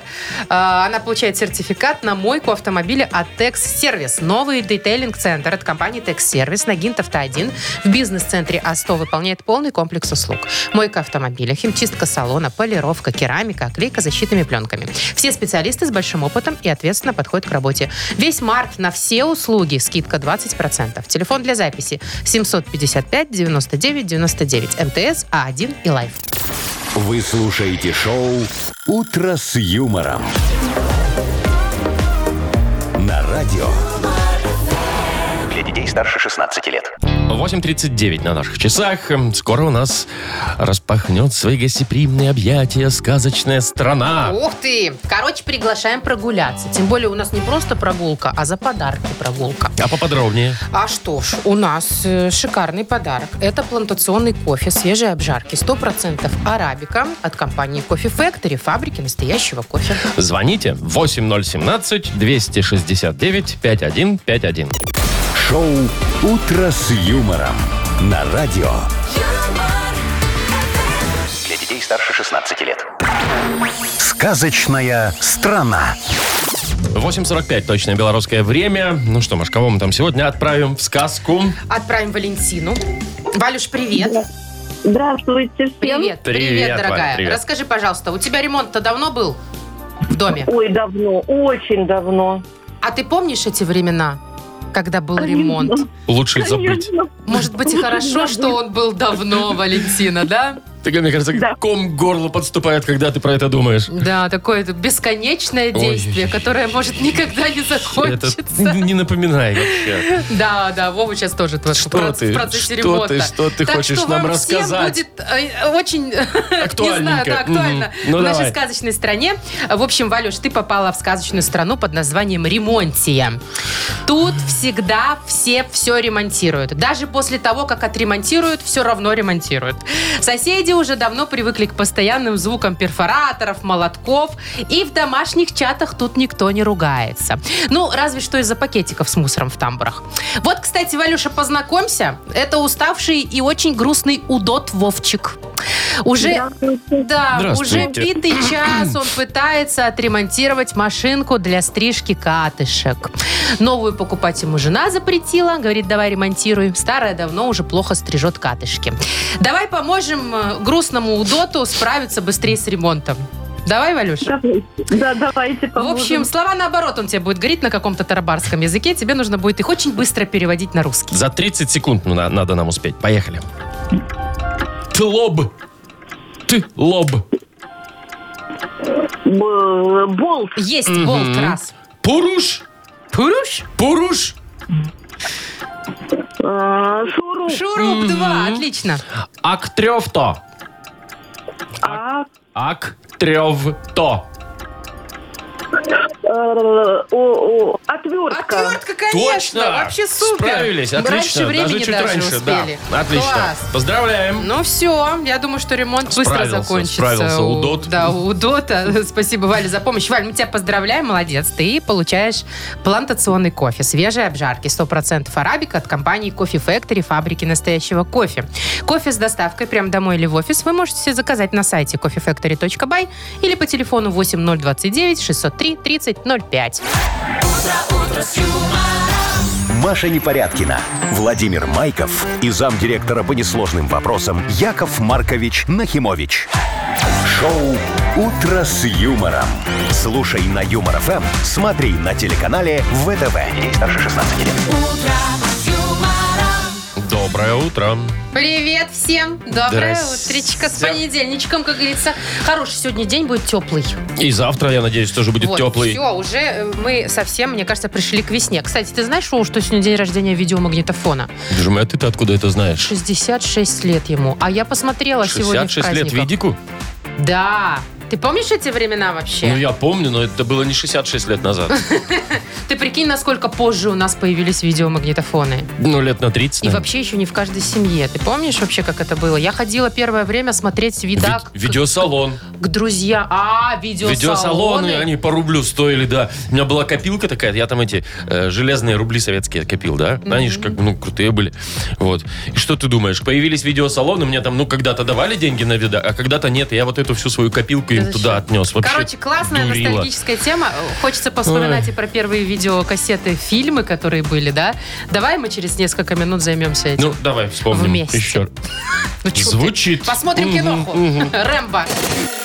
S3: А, Она получает сертификат на мойку автомобиля от Tex Сервис. Новый детейлинг-центр от компании Tex Сервис на Гинтовта 1 в бизнес-центре А100 выполняет полный комплекс услуг. Мойка автомобиля, химчистка салона, полировка, керамика, оклейка защитными пленками. Все специалисты с большим опытом и ответственно подходят к работе. Весь март на все услуги скидка 20%. Телефон для записи 755 99 99 МТС А1 А и Лайф.
S1: Вы слушаете шоу «Утро с юмором». На радио.
S4: Для детей старше 16 лет.
S2: 8.39 на наших часах. Эм, Скоро у нас распахнет свои гостеприимные объятия сказочная страна.
S3: Ух ты! Короче, приглашаем прогуляться. Тем более у нас не просто прогулка, а за подарки прогулка.
S2: А поподробнее.
S3: А что ж, у нас э, шикарный подарок. Это плантационный кофе свежей обжарки. 100% арабика от компании Кофе Factory, фабрики настоящего кофе.
S2: Звоните 8017-269-5151.
S1: Шоу «Утро с юмором». На радио.
S4: Для детей старше 16 лет.
S1: Сказочная страна.
S2: 8.45 точное белорусское время. Ну что, Маш, кого мы там сегодня отправим в сказку?
S3: Отправим Валентину. Валюш, привет.
S7: Здравствуйте всем.
S3: Привет. Привет,
S2: Привет, Валь,
S3: дорогая.
S2: привет.
S3: Расскажи, пожалуйста, у тебя ремонт-то давно был в доме?
S7: Ой, давно, очень давно.
S3: А ты помнишь эти времена, когда был ремонт?
S2: Лучше забыть.
S7: Конечно.
S3: Может быть, и хорошо, что он был давно, Валентина, да?
S2: Такая, мне кажется,
S7: Да.
S2: ком горло подступает, когда ты про это думаешь.
S3: Да, такое это бесконечное действие,
S2: Ой-ой-ой.
S3: которое может никогда не закончиться.
S2: Это не напоминай вообще.
S3: Да, да, Вова сейчас тоже тут
S2: Что
S3: в проц-
S2: ты,
S3: в процессе
S2: что
S3: ремонта.
S2: ты, что ты
S3: Так
S2: хочешь
S3: что
S2: нам
S3: вам всем
S2: рассказать?
S3: будет э, очень, не знаю,
S2: Актуальненько.
S3: да, актуально.
S2: Мгм. Ну,
S3: в нашей
S2: давай.
S3: сказочной стране. В общем, Валюш, ты попала в сказочную страну под названием Ремонтия. Тут всегда все все ремонтируют. Даже после того, как отремонтируют, все равно ремонтируют. Соседи уже давно привыкли к постоянным звукам перфораторов, молотков. И в домашних чатах тут никто не ругается. Ну, разве что из-за пакетиков с мусором в тамбурах. Вот, кстати, Валюша, познакомься. Это уставший и очень грустный удот Вовчик. Уже да, уже
S2: Здравствуйте.
S3: битый час он пытается отремонтировать машинку для стрижки катышек. Новую покупать ему жена запретила. Говорит, давай ремонтируем. Старая давно уже плохо стрижет катышки. Давай поможем э, грустному удоту справиться быстрее с ремонтом. Давай, Валюша?
S7: Давайте. Да, давайте
S3: В
S7: поможем.
S3: общем, слова наоборот он тебе будет говорить на каком-то тарабарском языке. Тебе нужно будет их очень быстро переводить на русский.
S2: За 30 секунд на- надо нам успеть. Поехали. Ты лоб. Ты лоб.
S7: Б- болт.
S3: Есть, болт, раз.
S2: Пуруш.
S3: Пуруш?
S2: Пуруш.
S7: э, шуруп.
S3: Шуруп, два. Отлично.
S2: Актрёвто.
S7: А,
S2: Актрёвто.
S7: э, о, о, отвертка.
S3: Отвертка, конечно.
S2: Точно.
S3: Вообще супер.
S2: Справились. Отлично.
S3: Раньше времени
S2: даже
S3: даже,
S2: чуть раньше.
S3: успели.
S2: Да. Отлично.
S3: Класс.
S2: Поздравляем.
S3: Ну все, я думаю, что ремонт быстро
S2: Справился,
S3: закончится.
S2: справился Удот.
S3: Да, у Дота. Спасибо, Валя, за помощь. Валь, мы тебя поздравляем, молодец. Ты получаешь плантационный кофе свежей обжарки 100% арабика от компании Coffee Factory, фабрики настоящего кофе. Кофе с доставкой прямо домой или в офис вы можете заказать на сайте coffeefactory.by или по телефону 8029 603 3005.
S1: Маша Непорядкина, Владимир Майков и замдиректора по несложным вопросам Яков Маркович Нахимович. Шоу «Утро с юмором». Слушай на Юмор ФМ, смотри на телеканале ВТВ. Здесь старше 16 лет.
S3: Ну.
S2: Доброе утро.
S3: Привет всем! Доброе
S2: Здрасте.
S3: утречко с понедельничком, как говорится. Хороший сегодня день будет теплый.
S2: И завтра, я надеюсь, тоже будет теплый.
S3: Все, уже э, мы совсем, мне кажется, пришли к весне. Кстати, ты знаешь, Вов, что сегодня день рождения видеомагнитофона?
S2: Джуми, а ты-то откуда это знаешь?
S3: 66 лет ему. А я посмотрела сегодня в
S2: 66 лет
S3: праздниках.
S2: Видику?
S3: Да. Ты помнишь эти времена вообще?
S2: Ну, я помню, но это было не 66 лет назад.
S3: Ты прикинь, насколько позже у нас появились видеомагнитофоны.
S2: Ну, лет на 30.
S3: И
S2: наверное.
S3: вообще еще не в каждой семье. Ты помнишь вообще, как это было? Я ходила первое время смотреть видак
S2: Ви- Видеосалон.
S3: к друзьям. А, видеосалоны.
S2: Видеосалоны, они по рублю стоили, да. У меня была копилка такая, я там эти э, железные рубли советские копил, да. Они же как бы, ну, крутые были. Вот. И что ты думаешь? Появились видеосалоны, мне там, ну, когда-то давали деньги на вида, а когда-то нет. И я вот эту всю свою копилку им
S3: Да
S2: туда
S3: зачем?
S2: отнес. Вообще
S3: Короче, классная
S2: дурила.
S3: ностальгическая тема. Хочется вспоминать
S2: Ой.
S3: и про первые видеокассеты, фильмы, которые были, да? Давай мы через несколько минут займемся этим.
S2: Ну, давай вспомним
S3: Вместе.
S2: еще.
S3: Ну, чё ты?
S2: звучит.
S3: Посмотрим киноху. Рэмбо.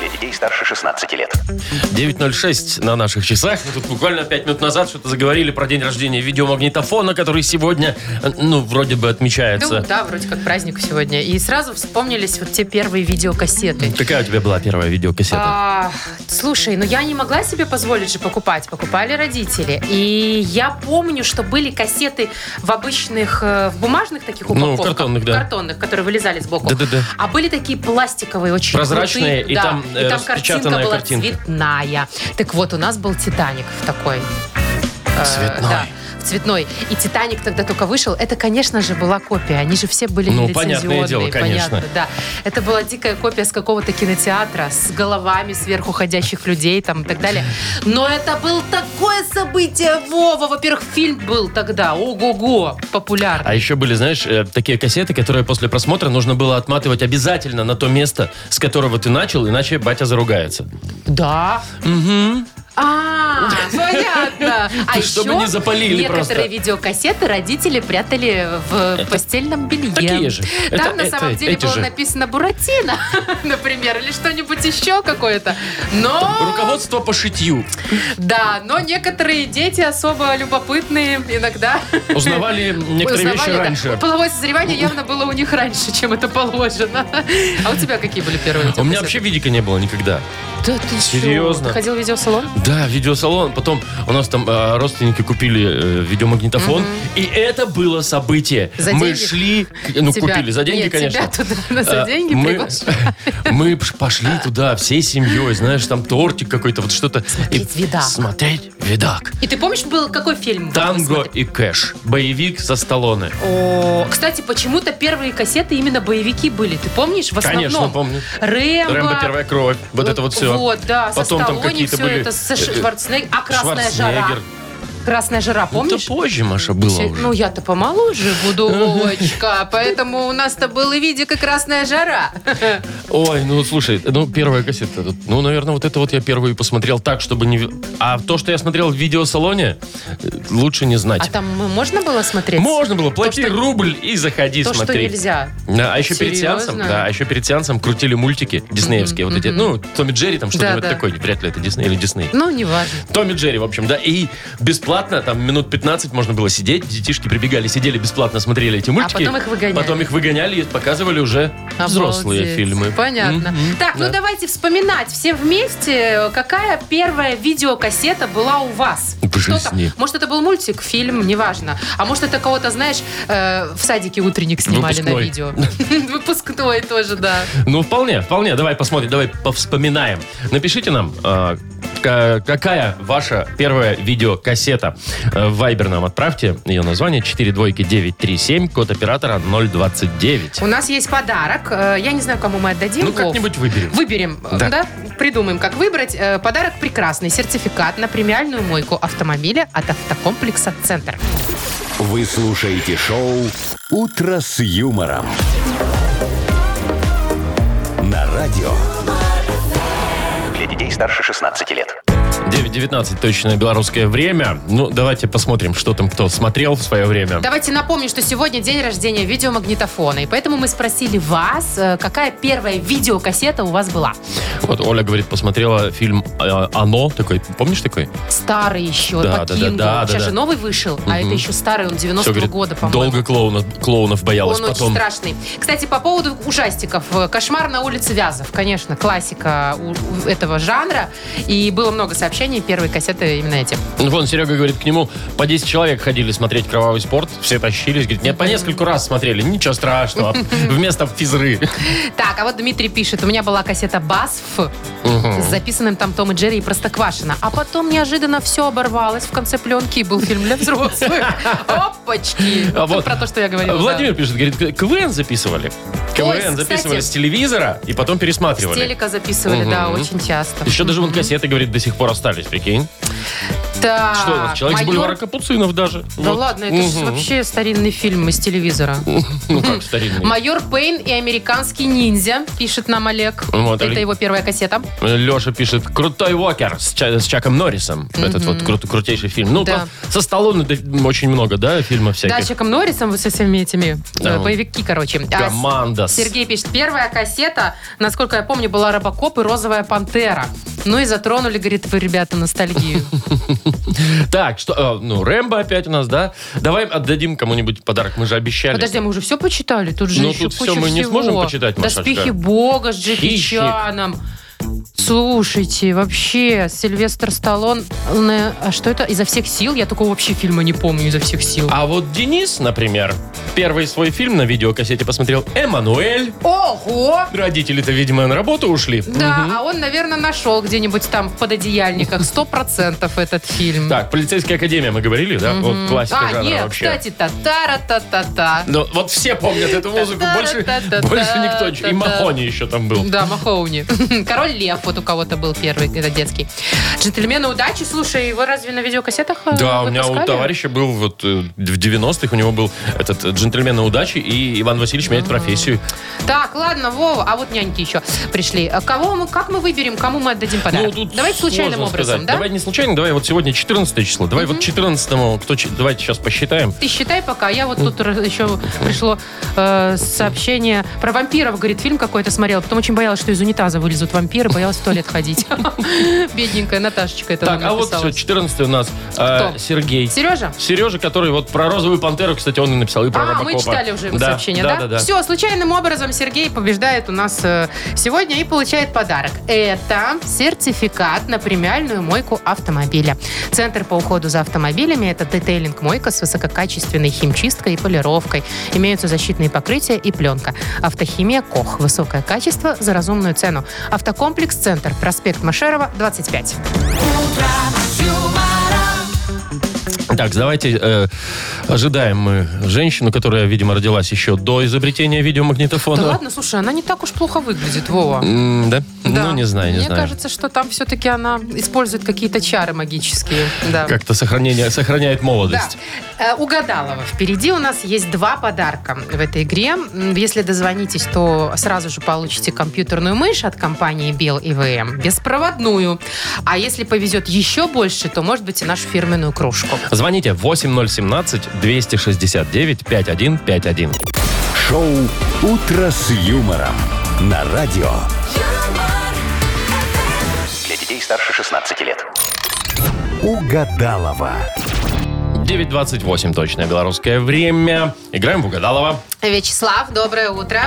S4: Для детей старше 16 лет.
S2: 9.06 на наших часах. Мы тут буквально 5 минут назад что-то заговорили про день рождения видеомагнитофона, который сегодня, э, ну, вроде бы
S3: Ну,
S2: отмечается.
S3: да, вроде как праздник сегодня. И сразу вспомнились вот те первые видеокассеты.
S2: Какая у тебя была первая видеокассета?
S3: А, слушай, ну я не могла себе позволить же покупать. Покупали родители. И я помню, что были кассеты в обычных, э, в бумажных таких
S2: Ну, в
S3: упаковках.
S2: картонных, да.
S3: Картонных, которые вылезали сбоку.
S2: Да-да-да.
S3: А были такие пластиковые, очень
S2: Прозрачные,
S3: крутые,
S2: и
S3: да.
S2: там, э,
S3: и там картинка
S2: распечатанная
S3: была
S2: картинка.
S3: цветная. Так вот, у нас был «Титаник» в такой. э,
S2: Цветной.
S3: да, в цветной. И «Титаник» тогда только вышел. Это, конечно же, была копия. Они же все были
S2: Ну, понятное дело,
S3: лицензионные,
S2: конечно.
S3: понятно, да. Это была дикая копия с какого-то кинотеатра, с головами сверху ходящих людей там и так далее. Но это было такое событие, Вова. Во-первых, фильм был тогда, ого-го,
S2: А
S3: популярный.
S2: еще были, знаешь, э, такие кассеты, которые после просмотра нужно было отматывать обязательно на то место, с которого ты начал, иначе батя заругается.
S3: Да. А, понятно. А
S2: Чтобы
S3: еще
S2: не запалили просто.
S3: некоторые видеокассеты родители прятали в постельном белье.
S2: такие же. Это-
S3: Там на
S2: это-
S3: самом деле
S2: эти
S3: было
S2: же.
S3: написано «Буратино», например, или что-нибудь еще какое-то. Но,
S2: Руководство по шитью.
S3: да, но некоторые дети особо любопытные иногда
S2: Узнавали некоторые вещи
S3: узнавали, да.
S2: раньше.
S3: Половое созревание явно было у них раньше, чем это положено. А у тебя какие были
S2: А
S3: первые
S2: У меня
S3: видеокассеты?
S2: вообще видика не было никогда.
S3: Да ты чё?
S2: Серьезно?
S3: Ты ходил в видеосалон?
S2: Да, видеосалон. Потом у нас там э, родственники купили э, видеомагнитофон. И это было событие.
S3: За
S2: мы
S3: деньги?
S2: шли, к- ну,
S3: Тебя-
S2: купили за деньги,
S3: Нет,
S2: конечно.
S3: тебя туда за
S2: Э,
S3: деньги
S2: мы,
S3: приглашали.
S2: мы пш- пошли туда всей семьей, знаешь, там тортик какой-то, вот что-то.
S3: Смотреть
S2: И-
S3: «Видак».
S2: Смотреть видак.
S3: И ты помнишь, был какой фильм?
S2: Танго и кэш. Боевик со Сталлоне.
S3: О, кстати, почему-то первые кассеты именно боевики были. Ты помнишь? В основном
S2: Конечно, помню.
S3: Рэмбо.
S2: Рэмбо первая кровь. Вот это вот все.
S3: Вот, да, со
S2: Потом там
S3: Сталлоне
S2: какие-то
S3: всё
S2: были.
S3: это, со
S2: э, э,
S3: Шварценеггер. А «Красная жара».
S2: Шварценеггер. Ну,
S3: «Красная жара», помнишь?
S2: Это позже, Маша, было
S3: Все-
S2: уже.
S3: Ну, я-то помоложе буду, Вовочка, поэтому у нас-то был и видик, и красная жара.
S2: Ой, ну слушай, ну первая кассета. тут, Ну, наверное, вот это вот я первую и посмотрел так, чтобы не... в- А то, что я смотрел в видеосалоне, э, лучше не
S3: А
S2: знать.
S3: там можно было смотреть?
S2: Можно было, плати
S3: что-
S2: рубль и заходи
S3: То, что
S2: смотри.
S3: нельзя.
S2: Да, а еще перед
S3: Серьезно?
S2: сеансом, да, а еще перед сеансом крутили мультики диснеевские, вот эти, ну, Томми Джерри там что-то
S3: Да, да.
S2: такое, вряд ли это Дисней или Дисней.
S3: Ну, неважно.
S2: Томми Джерри, в общем, да. И бесплатно, там минут 15 можно было сидеть. Детишки прибегали, сидели бесплатно, смотрели эти мультики.
S3: А потом их выгоняли.
S2: Потом их выгоняли и показывали уже взрослые
S3: Обалдеть.
S2: фильмы.
S3: Понятно.
S2: Мгм,
S3: так,
S2: да.
S3: ну давайте вспоминать все вместе, какая первая видеокассета была у вас?
S2: В
S3: Что-то-
S2: жизни.
S3: Может, это был мультик, фильм, неважно. А может, это кого-то, знаешь, э, в садике утренник снимали на
S2: Выпускной.
S3: видео. Выпускной тоже, да.
S2: Ну, вполне, вполне. Давай посмотрим, давай повспоминаем. Напишите нам, э, ка- какая ваша первая видеокассета. Э, В Viber нам отправьте ее название 42937, код оператора 029.
S3: У нас есть подарок. Э, Я не знаю, кому мы отдадим.
S2: Ну,
S3: Вов.
S2: как-нибудь выберем.
S3: Выберем, э,
S2: Да.
S3: да. придумаем, как выбрать. Э, Подарок прекрасный. Сертификат на премиальную мойку автомобиля от автокомплекса «Центр».
S1: Вы слушаете шоу «Утро с юмором». На радио.
S4: Для детей старше 16 лет.
S2: 9.19 точное белорусское время. Ну, давайте посмотрим, что там кто смотрел в свое время.
S3: Давайте напомню, что сегодня день рождения видеомагнитофона. И поэтому мы спросили вас, э, какая первая видеокассета у вас была.
S2: Вот Оля говорит, посмотрела фильм э, «Оно». Такой, помнишь такой?
S3: Старый еще,
S2: Да,
S3: по
S2: да, да,
S3: Кингу.
S2: да, да,
S3: Сейчас
S2: да.
S3: же новый вышел, а это еще старый, он 90-го
S2: Всё, говорит,
S3: Ну, года, по-моему.
S2: долго клоуна- клоунов боялась.
S3: Он
S2: Потом
S3: очень страшный. Кстати, по поводу ужастиков. Э, «Кошмар на улице Вязов». Конечно, классика у- у этого жанра. И было много сообщений, первые кассеты именно эти.
S2: Ну, Вон, Серега говорит, к нему по 10 человек ходили смотреть кровавый спорт, все тащились, говорит, нет, по нескольку раз смотрели, ничего страшного, вместо физры.
S3: Так, а вот Дмитрий пишет. У меня была кассета «Басф» с записанным там Том и Джерри и Простоквашино. А потом неожиданно все оборвалось в конце пленки и был фильм для взрослых. Опачки!
S2: А вот.
S3: Вот Про то, что я говорила. да.
S2: Владимир пишет, говорит, КВН записывали. КВН записывали
S3: кстати.
S2: с телевизора и потом
S3: С
S2: пересматривали.
S3: телека записывали, да,
S2: Мгм.
S3: очень часто.
S2: Еще даже вон кассеты, говорит, до сих пор остались, прикинь.
S3: Так,
S2: Что у нас, человек с
S3: А, «Майор».
S2: бульвара Капуцинов даже.
S3: Да
S2: Вот.
S3: ладно, это ж
S2: Мгм.
S3: вообще старинный фильм из телевизора.
S2: Ну как старинный.
S3: Майор Пейн и американский ниндзя, пишет нам Олег.
S2: Вот,
S3: это
S2: Олег.
S3: его первая кассета.
S2: Леша пишет, крутой Уокер с, Ча- с Чаком Норрисом. Этот вот крут- крутейший фильм. Ну,
S3: Да.
S2: там со Сталлоне да, очень много, да, фильмов всяких.
S3: Да, с Чаком Норрисом, вот со всеми этими
S2: Да.
S3: э, боевики, короче. А,
S2: Команда. с-
S3: Сергей пишет, первая кассета, насколько я помню, была «Робокоп» и «Розовая пантера». Ну и затронули, говорит, вы, ребята, ностальгию.
S2: Так, что, э, ну, Рэмбо опять у нас, да? Давай отдадим кому-нибудь подарок, мы же обещали.
S3: Подожди, а мы уже все почитали? Тут же
S2: Ну,
S3: еще
S2: тут
S3: куча
S2: всё мы не
S3: всего.
S2: сможем почитать, Машечка.
S3: «Доспехи Бога» с Джеки
S2: Хищник.
S3: Чаном. Слушайте, вообще, Сильвестр Сталлоне, а что это? «Изо всех сил»? Я такого вообще фильма не помню «Изо всех сил».
S2: А вот Денис, например, первый свой фильм на видеокассете посмотрел «Эммануэль».
S3: Ого!
S2: Родители-то, видимо, на работу ушли.
S3: Да, а он, наверное, нашел где-нибудь там в пододеяльниках. Сто процентов этот фильм.
S2: Так, «Полицейская академия» мы говорили, да? Вот классика
S3: А,
S2: жанра
S3: нет,
S2: вообще.
S3: кстати, татара-та-та-та.
S2: Ну, вот все помнят эту музыку, больше,
S3: Та-та-та-та-та.
S2: больше никто. И Махони еще там был.
S3: Да, Махоуни. Король Лев вот у кого-то был первый, это детский. Джентльмены удачи, слушай, его разве на видеокассетах э,
S2: Да, у меня у
S3: выпускали?
S2: товарища был вот э, в 90-х, у него был этот э, джентльмен на удачи, и Иван Васильевич меняет профессию.
S3: Так, ладно, Вова, а вот няньки еще пришли. А Кого мы, как мы выберем, кому мы отдадим подарок? Давайте
S2: Ну,
S3: случайным
S2: сложно
S3: образом,
S2: сказать.
S3: да?
S2: Давай не случайно, давай вот сегодня 14 число, давай вот 14 кто, чи- давайте сейчас посчитаем.
S3: Ты считай пока, я вот тут раз- еще пришло э, сообщение про вампиров, говорит, фильм какой-то смотрела, потом очень боялась, что из унитаза вылезут вампиры, боялась в туалет ходить. Бедненькая Наташечка это
S2: Так,
S3: нам
S2: а вот
S3: написала.
S2: все, 14 у нас э,
S3: Кто?
S2: Сергей.
S3: Сережа?
S2: Сережа, который вот про розовую пантеру, кстати, он и написал, и про
S3: А, мы
S2: Робокопа.
S3: читали уже его
S2: Да,
S3: сообщение,
S2: да?
S3: да?
S2: Да, да,
S3: Все, случайным образом Сергей побеждает у нас э, сегодня и получает подарок. Это сертификат на премиальную мойку автомобиля. Центр по уходу за автомобилями – это детейлинг-мойка с высококачественной химчисткой и полировкой. Имеются защитные покрытия и пленка. Автохимия «Кох». Высокое качество за разумную цену. Автокомплекс «Центр», проспект Машерова, 25.
S2: Так, давайте э, ожидаем мы женщину, которая, видимо, родилась еще до изобретения видеомагнитофона.
S3: Да ладно, слушай, она не так уж плохо выглядит, Вова.
S2: М, да?
S3: Да.
S2: Ну, не знаю, не
S3: Мне
S2: знаю.
S3: кажется, что там все-таки она использует какие-то чары магические. Да.
S2: Как-то сохранение, сохраняет
S3: Да.
S2: молодость.
S3: Э, Угадалова. Впереди у нас есть два подарка в этой игре. М, Если дозвонитесь, то сразу же получите компьютерную мышь от компании Bell ИВМ, беспроводную. А если повезет еще больше, то, может быть, и нашу фирменную кружку.
S2: Звоните 8017-269-5151.
S1: Шоу «Утро с юмором» на радио.
S4: Для детей старше 16 лет.
S1: Угадалова.
S2: 9.28 точное белорусское время. Играем в Угадалова.
S3: Вячеслав, доброе утро.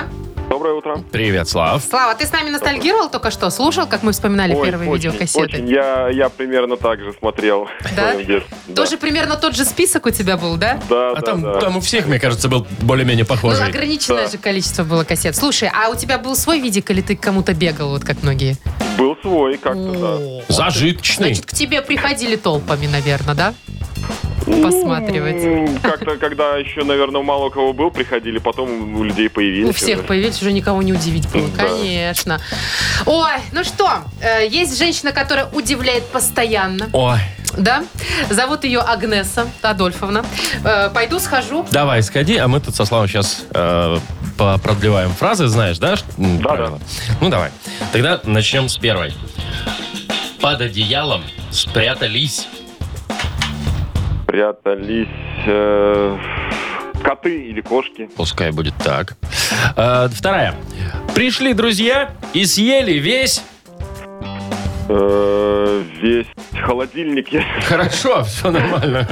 S5: Доброе утро.
S2: Привет, Слав.
S3: Слава, ты с нами ностальгировал только что? Слушал, как мы вспоминали
S5: Ой,
S3: первые
S5: очень,
S3: видеокассеты?
S5: Очень, я, я примерно так же смотрел в
S3: Да?
S5: своем детстве. Да.
S3: Тоже примерно тот же список у тебя был, да?
S5: Да,
S2: А
S5: да,
S2: там,
S5: да.
S2: там у всех, мне кажется, был более-менее
S3: Ну,
S2: похожий.
S3: ограниченное
S5: Да.
S3: же количество было кассет. Слушай, а у тебя был свой видик, или ты к кому-то бегал, вот как многие?
S5: Был свой как-то,
S2: Зажиточный.
S3: Значит, к тебе приходили толпами, наверное, да?
S5: да.
S3: Посматривать.
S5: М, Ну, Как-то, когда еще, наверное, мало у кого был, приходили, потом у людей появились.
S3: У всех
S5: уже.
S3: появились, уже никого не удивить было.
S5: Да.
S3: Конечно. Ой, ну что, э, есть женщина, которая удивляет постоянно,
S2: Ой,
S3: да? Зовут ее Агнеса Адольфовна. Э, Пойду схожу.
S2: давай, сходи, а мы тут со Славом сейчас продлеваем фразы, знаешь, да? ш- м,
S5: Да,
S2: правила? Ну, давай. Тогда начнем с первой. Под одеялом спрятались.
S5: Прятались э, коты или кошки.
S2: Пускай будет так. Э, вторая. Пришли друзья и съели весь...
S5: Э, весь холодильник.
S2: Хорошо, все нормально.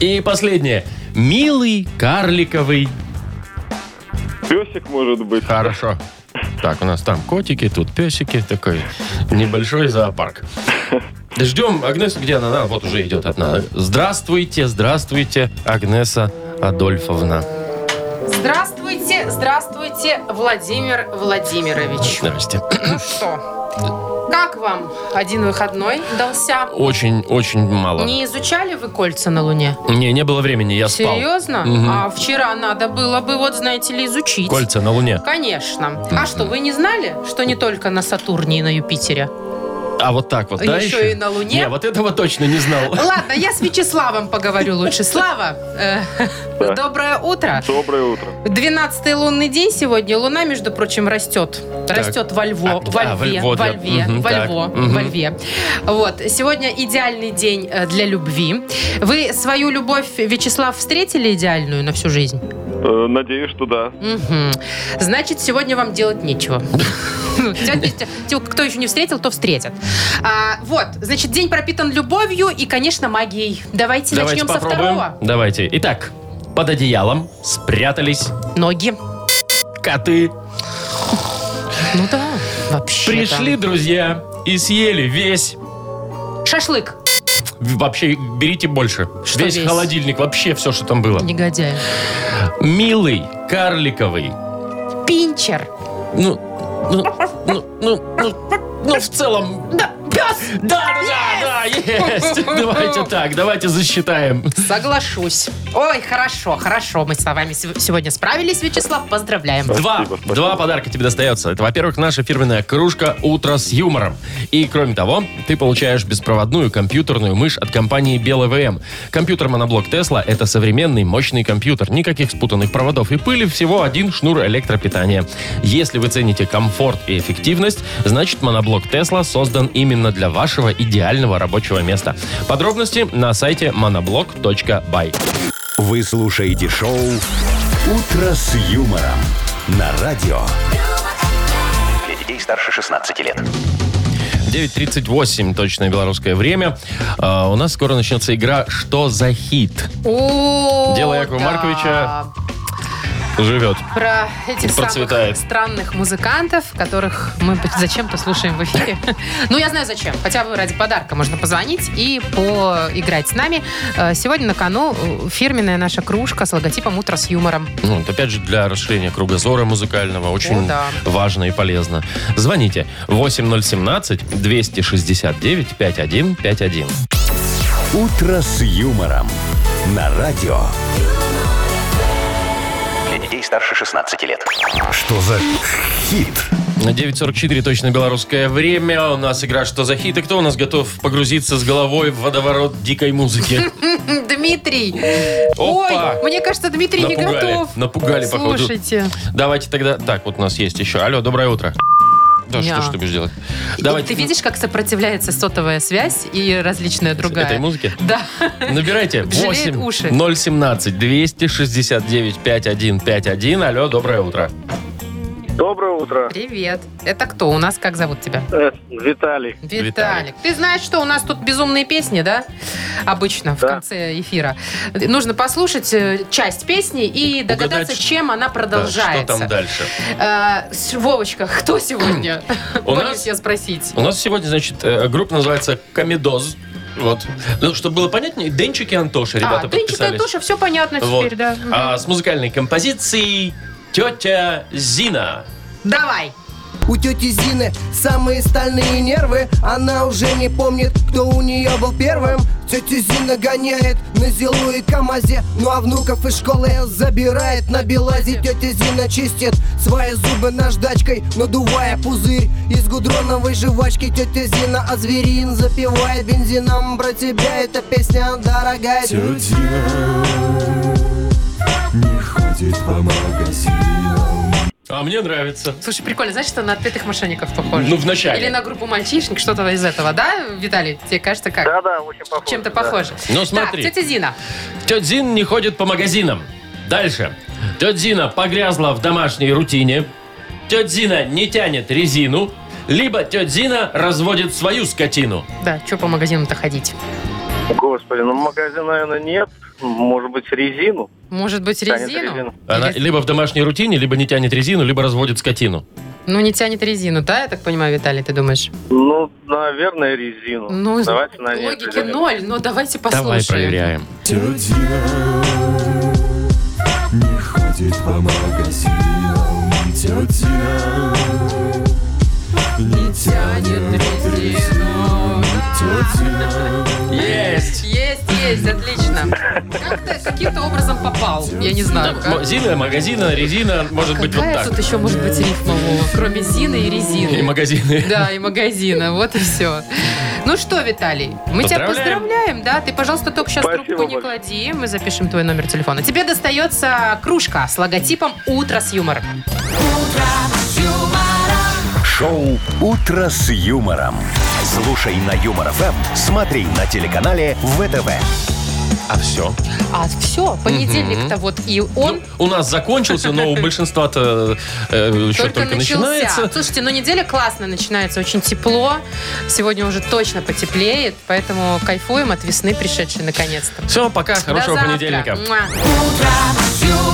S2: И последнее. Милый карликовый.
S5: Песик, может быть.
S2: Хорошо. Так, у нас там котики, тут песики. Такой небольшой зоопарк. Ждем Агнесу, где она? Она вот уже идет одна. Здравствуйте, здравствуйте, Агнеса Адольфовна.
S3: Здравствуйте, здравствуйте, Владимир Владимирович.
S2: Здрасте.
S3: Ну что, как вам один выходной дался?
S2: Очень-очень мало.
S3: Не изучали вы кольца на Луне?
S2: Не, не было времени, я спал.
S3: Серьезно?
S2: Мгм.
S3: А вчера надо было бы, вот знаете ли, изучить.
S2: Кольца на Луне.
S3: Конечно. А что, вы не знали, что не только на Сатурне и на Юпитере?
S2: А вот так вот, да?
S3: Еще и на Луне?
S2: Не, вот этого точно не знал.
S3: Ладно, я с Вячеславом поговорю лучше. Слава, э,
S5: Да.
S3: доброе утро.
S5: Доброе утро.
S3: 12 лунный день сегодня. Луна, между прочим, растет. Растет во льво,
S2: А,
S3: во
S2: а, во
S3: льве,
S2: льво,
S3: во
S2: да.
S3: льве,
S2: Мгм,
S3: во
S2: так.
S3: льво,
S2: Мгм.
S3: во льве. Вот. Сегодня идеальный день э, для любви. Вы свою любовь, Вячеслав, встретили идеальную на всю жизнь?
S5: Э, надеюсь, что да.
S3: Мгм. Значит, сегодня вам делать нечего. Сегодня те, Кто еще не встретил, то встретят. А, Вот, значит, день пропитан любовью и, конечно, магией. Давайте
S2: Давайте
S3: начнем со
S2: попробуем.
S3: второго.
S2: Давайте. Итак, под одеялом спрятались
S3: Ноги.
S2: коты.
S3: Ну да, вообще.
S2: Пришли друзья и съели весь.
S3: Шашлык.
S2: Вообще берите больше.
S3: Что
S2: весь,
S3: весь?
S2: холодильник, вообще все, что там было.
S3: Негодяй.
S2: Милый, карликовый.
S3: Пинчер.
S2: Ну, ну, ну, ну, ну, ну, в целом.
S3: Да, пес!
S2: Да, да, да, да, есть. Давайте так, давайте засчитаем.
S3: Соглашусь. Ой, хорошо, хорошо. Мы с вами сев- сегодня справились, Вячеслав. Поздравляем.
S2: Два, два подарка тебе достается. Это, во-первых, наша фирменная кружка «Утро с юмором». И, кроме того, ты получаешь беспроводную компьютерную мышь от компании «БелВМ». Компьютер моноблок Тесла – это современный мощный компьютер. Никаких спутанных проводов и пыли, всего один шнур электропитания. Если вы цените комфорт и эффективность, значит, моноблок Тесла создан именно для вашего идеального рабочего места. Подробности на сайте monoblock.by.
S1: Вы слушаете шоу «Утро с юмором» на радио.
S4: Для детей старше 16 лет.
S2: 9.38, точное белорусское время. А, у нас скоро начнется игра «Что за хит?»
S3: О,
S2: Дело Якова
S3: да.
S2: Марковича. Живет.
S3: Про этих
S2: Процветает.
S3: самых странных музыкантов, которых мы зачем-то слушаем в эфире. Ну, я знаю зачем. Хотя бы ради подарка можно позвонить и поиграть с нами. Э, Сегодня на кону э, фирменная наша кружка с логотипом «Утро с юмором».
S2: Ну, вот опять же, для расширения кругозора музыкального очень
S3: О, да.
S2: важно и полезно. Звоните 8017-269-5151.
S1: «Утро с юмором» на радио.
S4: Для детей старше 16 лет.
S1: Что за хит?
S2: На 9.44 точно белорусское время. У нас игра «Что за хит?» И кто у нас готов погрузиться с головой в водоворот дикой музыки?
S3: М, Дмитрий!
S2: Опа!
S3: Ой, мне кажется, Дмитрий не
S2: Напугали.
S3: готов.
S2: Напугали, походу.
S3: Слушайте.
S2: Давайте тогда... Так, вот у нас есть еще. Алло, доброе утро. Да,
S3: Я.
S2: что ж ты будешь делать?
S3: И Ты видишь, как сопротивляется сотовая связь и различная другая.
S2: Этой музыке?
S3: Да.
S2: Набирайте
S3: Жалеет уши.
S2: 8 017 269 5151. Алло, доброе утро.
S6: Доброе утро.
S3: Привет. Это кто у нас? Как зовут тебя?
S6: Э, Виталий.
S3: Виталик.
S2: Виталик.
S3: Ты знаешь, что у нас тут безумные песни, да? Обычно в
S6: Да.
S3: конце эфира. Нужно послушать э, часть песни и догадаться,
S2: Угадать,
S3: чем она
S2: Да, Что
S3: продолжается.
S2: там дальше?
S3: Э, с- Вовочка, кто сегодня?
S2: У
S3: Боюсь
S2: нас-
S3: я спросить.
S2: У нас сегодня, значит, э, группа называется Комедоз. Вот. Ну, чтобы было понятнее, Денчик и Антоша. Ребята
S3: а, Дынчик и
S2: подписались.
S3: Антоша, все понятно
S2: Вот.
S3: теперь, да.
S2: А с музыкальной композицией Тетя Зина.
S3: Давай.
S8: У тети Зины самые стальные нервы Она уже не помнит, кто у нее был первым Тетя Зина гоняет на Зилу и КамАЗе Ну а внуков из школы забирает на Белазе Тетя Зина чистит свои зубы наждачкой Надувая пузырь из гудроновой жвачки Тетя Зина азверин запивает бензином Про тебя эта песня дорогая
S2: А мне нравится.
S3: Слушай, прикольно, знаешь, что на отпетых мошенников похоже?
S2: Ну, вначале.
S3: Или на группу мальчишник, что-то из этого, да, Виталий? Тебе кажется, как?
S6: Да-да, очень похоже.
S3: Чем-то
S6: да.
S3: похоже.
S2: Ну, смотри.
S3: Так, тетя Зина.
S2: Тетя Зина не ходит по магазинам. Дальше. Тетя Зина погрязла в домашней рутине. Тетя Зина не тянет резину. Либо тетя Зина разводит свою скотину.
S3: Да, что по магазинам-то ходить?
S6: Господи, ну магазина, наверное, нет. Может быть, резину?
S3: Может быть,
S6: Тянет
S3: резину?
S6: резину.
S2: Она
S3: Или-
S2: либо в домашней рутине, либо не тянет резину, либо разводит скотину.
S3: Ну, не тянет резину, да, я так понимаю, Виталий, ты думаешь?
S6: Ну, наверное, резину.
S3: Ну,
S6: Давайте на ней
S3: логики
S6: определим.
S3: ноль, но давайте послушаем.
S2: Давай проверяем. Есть!
S3: Есть, есть, отлично. Как-то каким-то образом попал, я не знаю. как.
S2: М- Зина, магазина, резина, может быть вот
S3: Какая
S2: так.
S3: тут еще может быть рифма, Вова, кроме Зины и резины?
S2: И магазины.
S3: Да, и магазина, вот и все. Ну что, Виталий, мы тебя
S2: Поздравляем.
S3: поздравляем, да? Ты, пожалуйста, только сейчас
S6: Спасибо
S3: трубку не
S6: большое.
S3: клади, мы запишем твой номер телефона. Тебе достается кружка с логотипом «Утро с юмором».
S1: Шоу «Утро с юмором». Слушай на Юмор Эм ФМ, смотри на телеканале ВТВ.
S2: А все.
S3: А все, понедельник-то вот и он
S2: У нас закончился, но у большинства-то э, еще
S3: только,
S2: только,
S3: начался.
S2: начинается.
S3: Слушайте, ну неделя классно начинается, очень тепло. Сегодня уже точно потеплеет, поэтому кайфуем от весны, пришедшей наконец-то.
S2: Все, пока, хорошего
S3: До завтра.
S2: понедельника.
S3: Муа.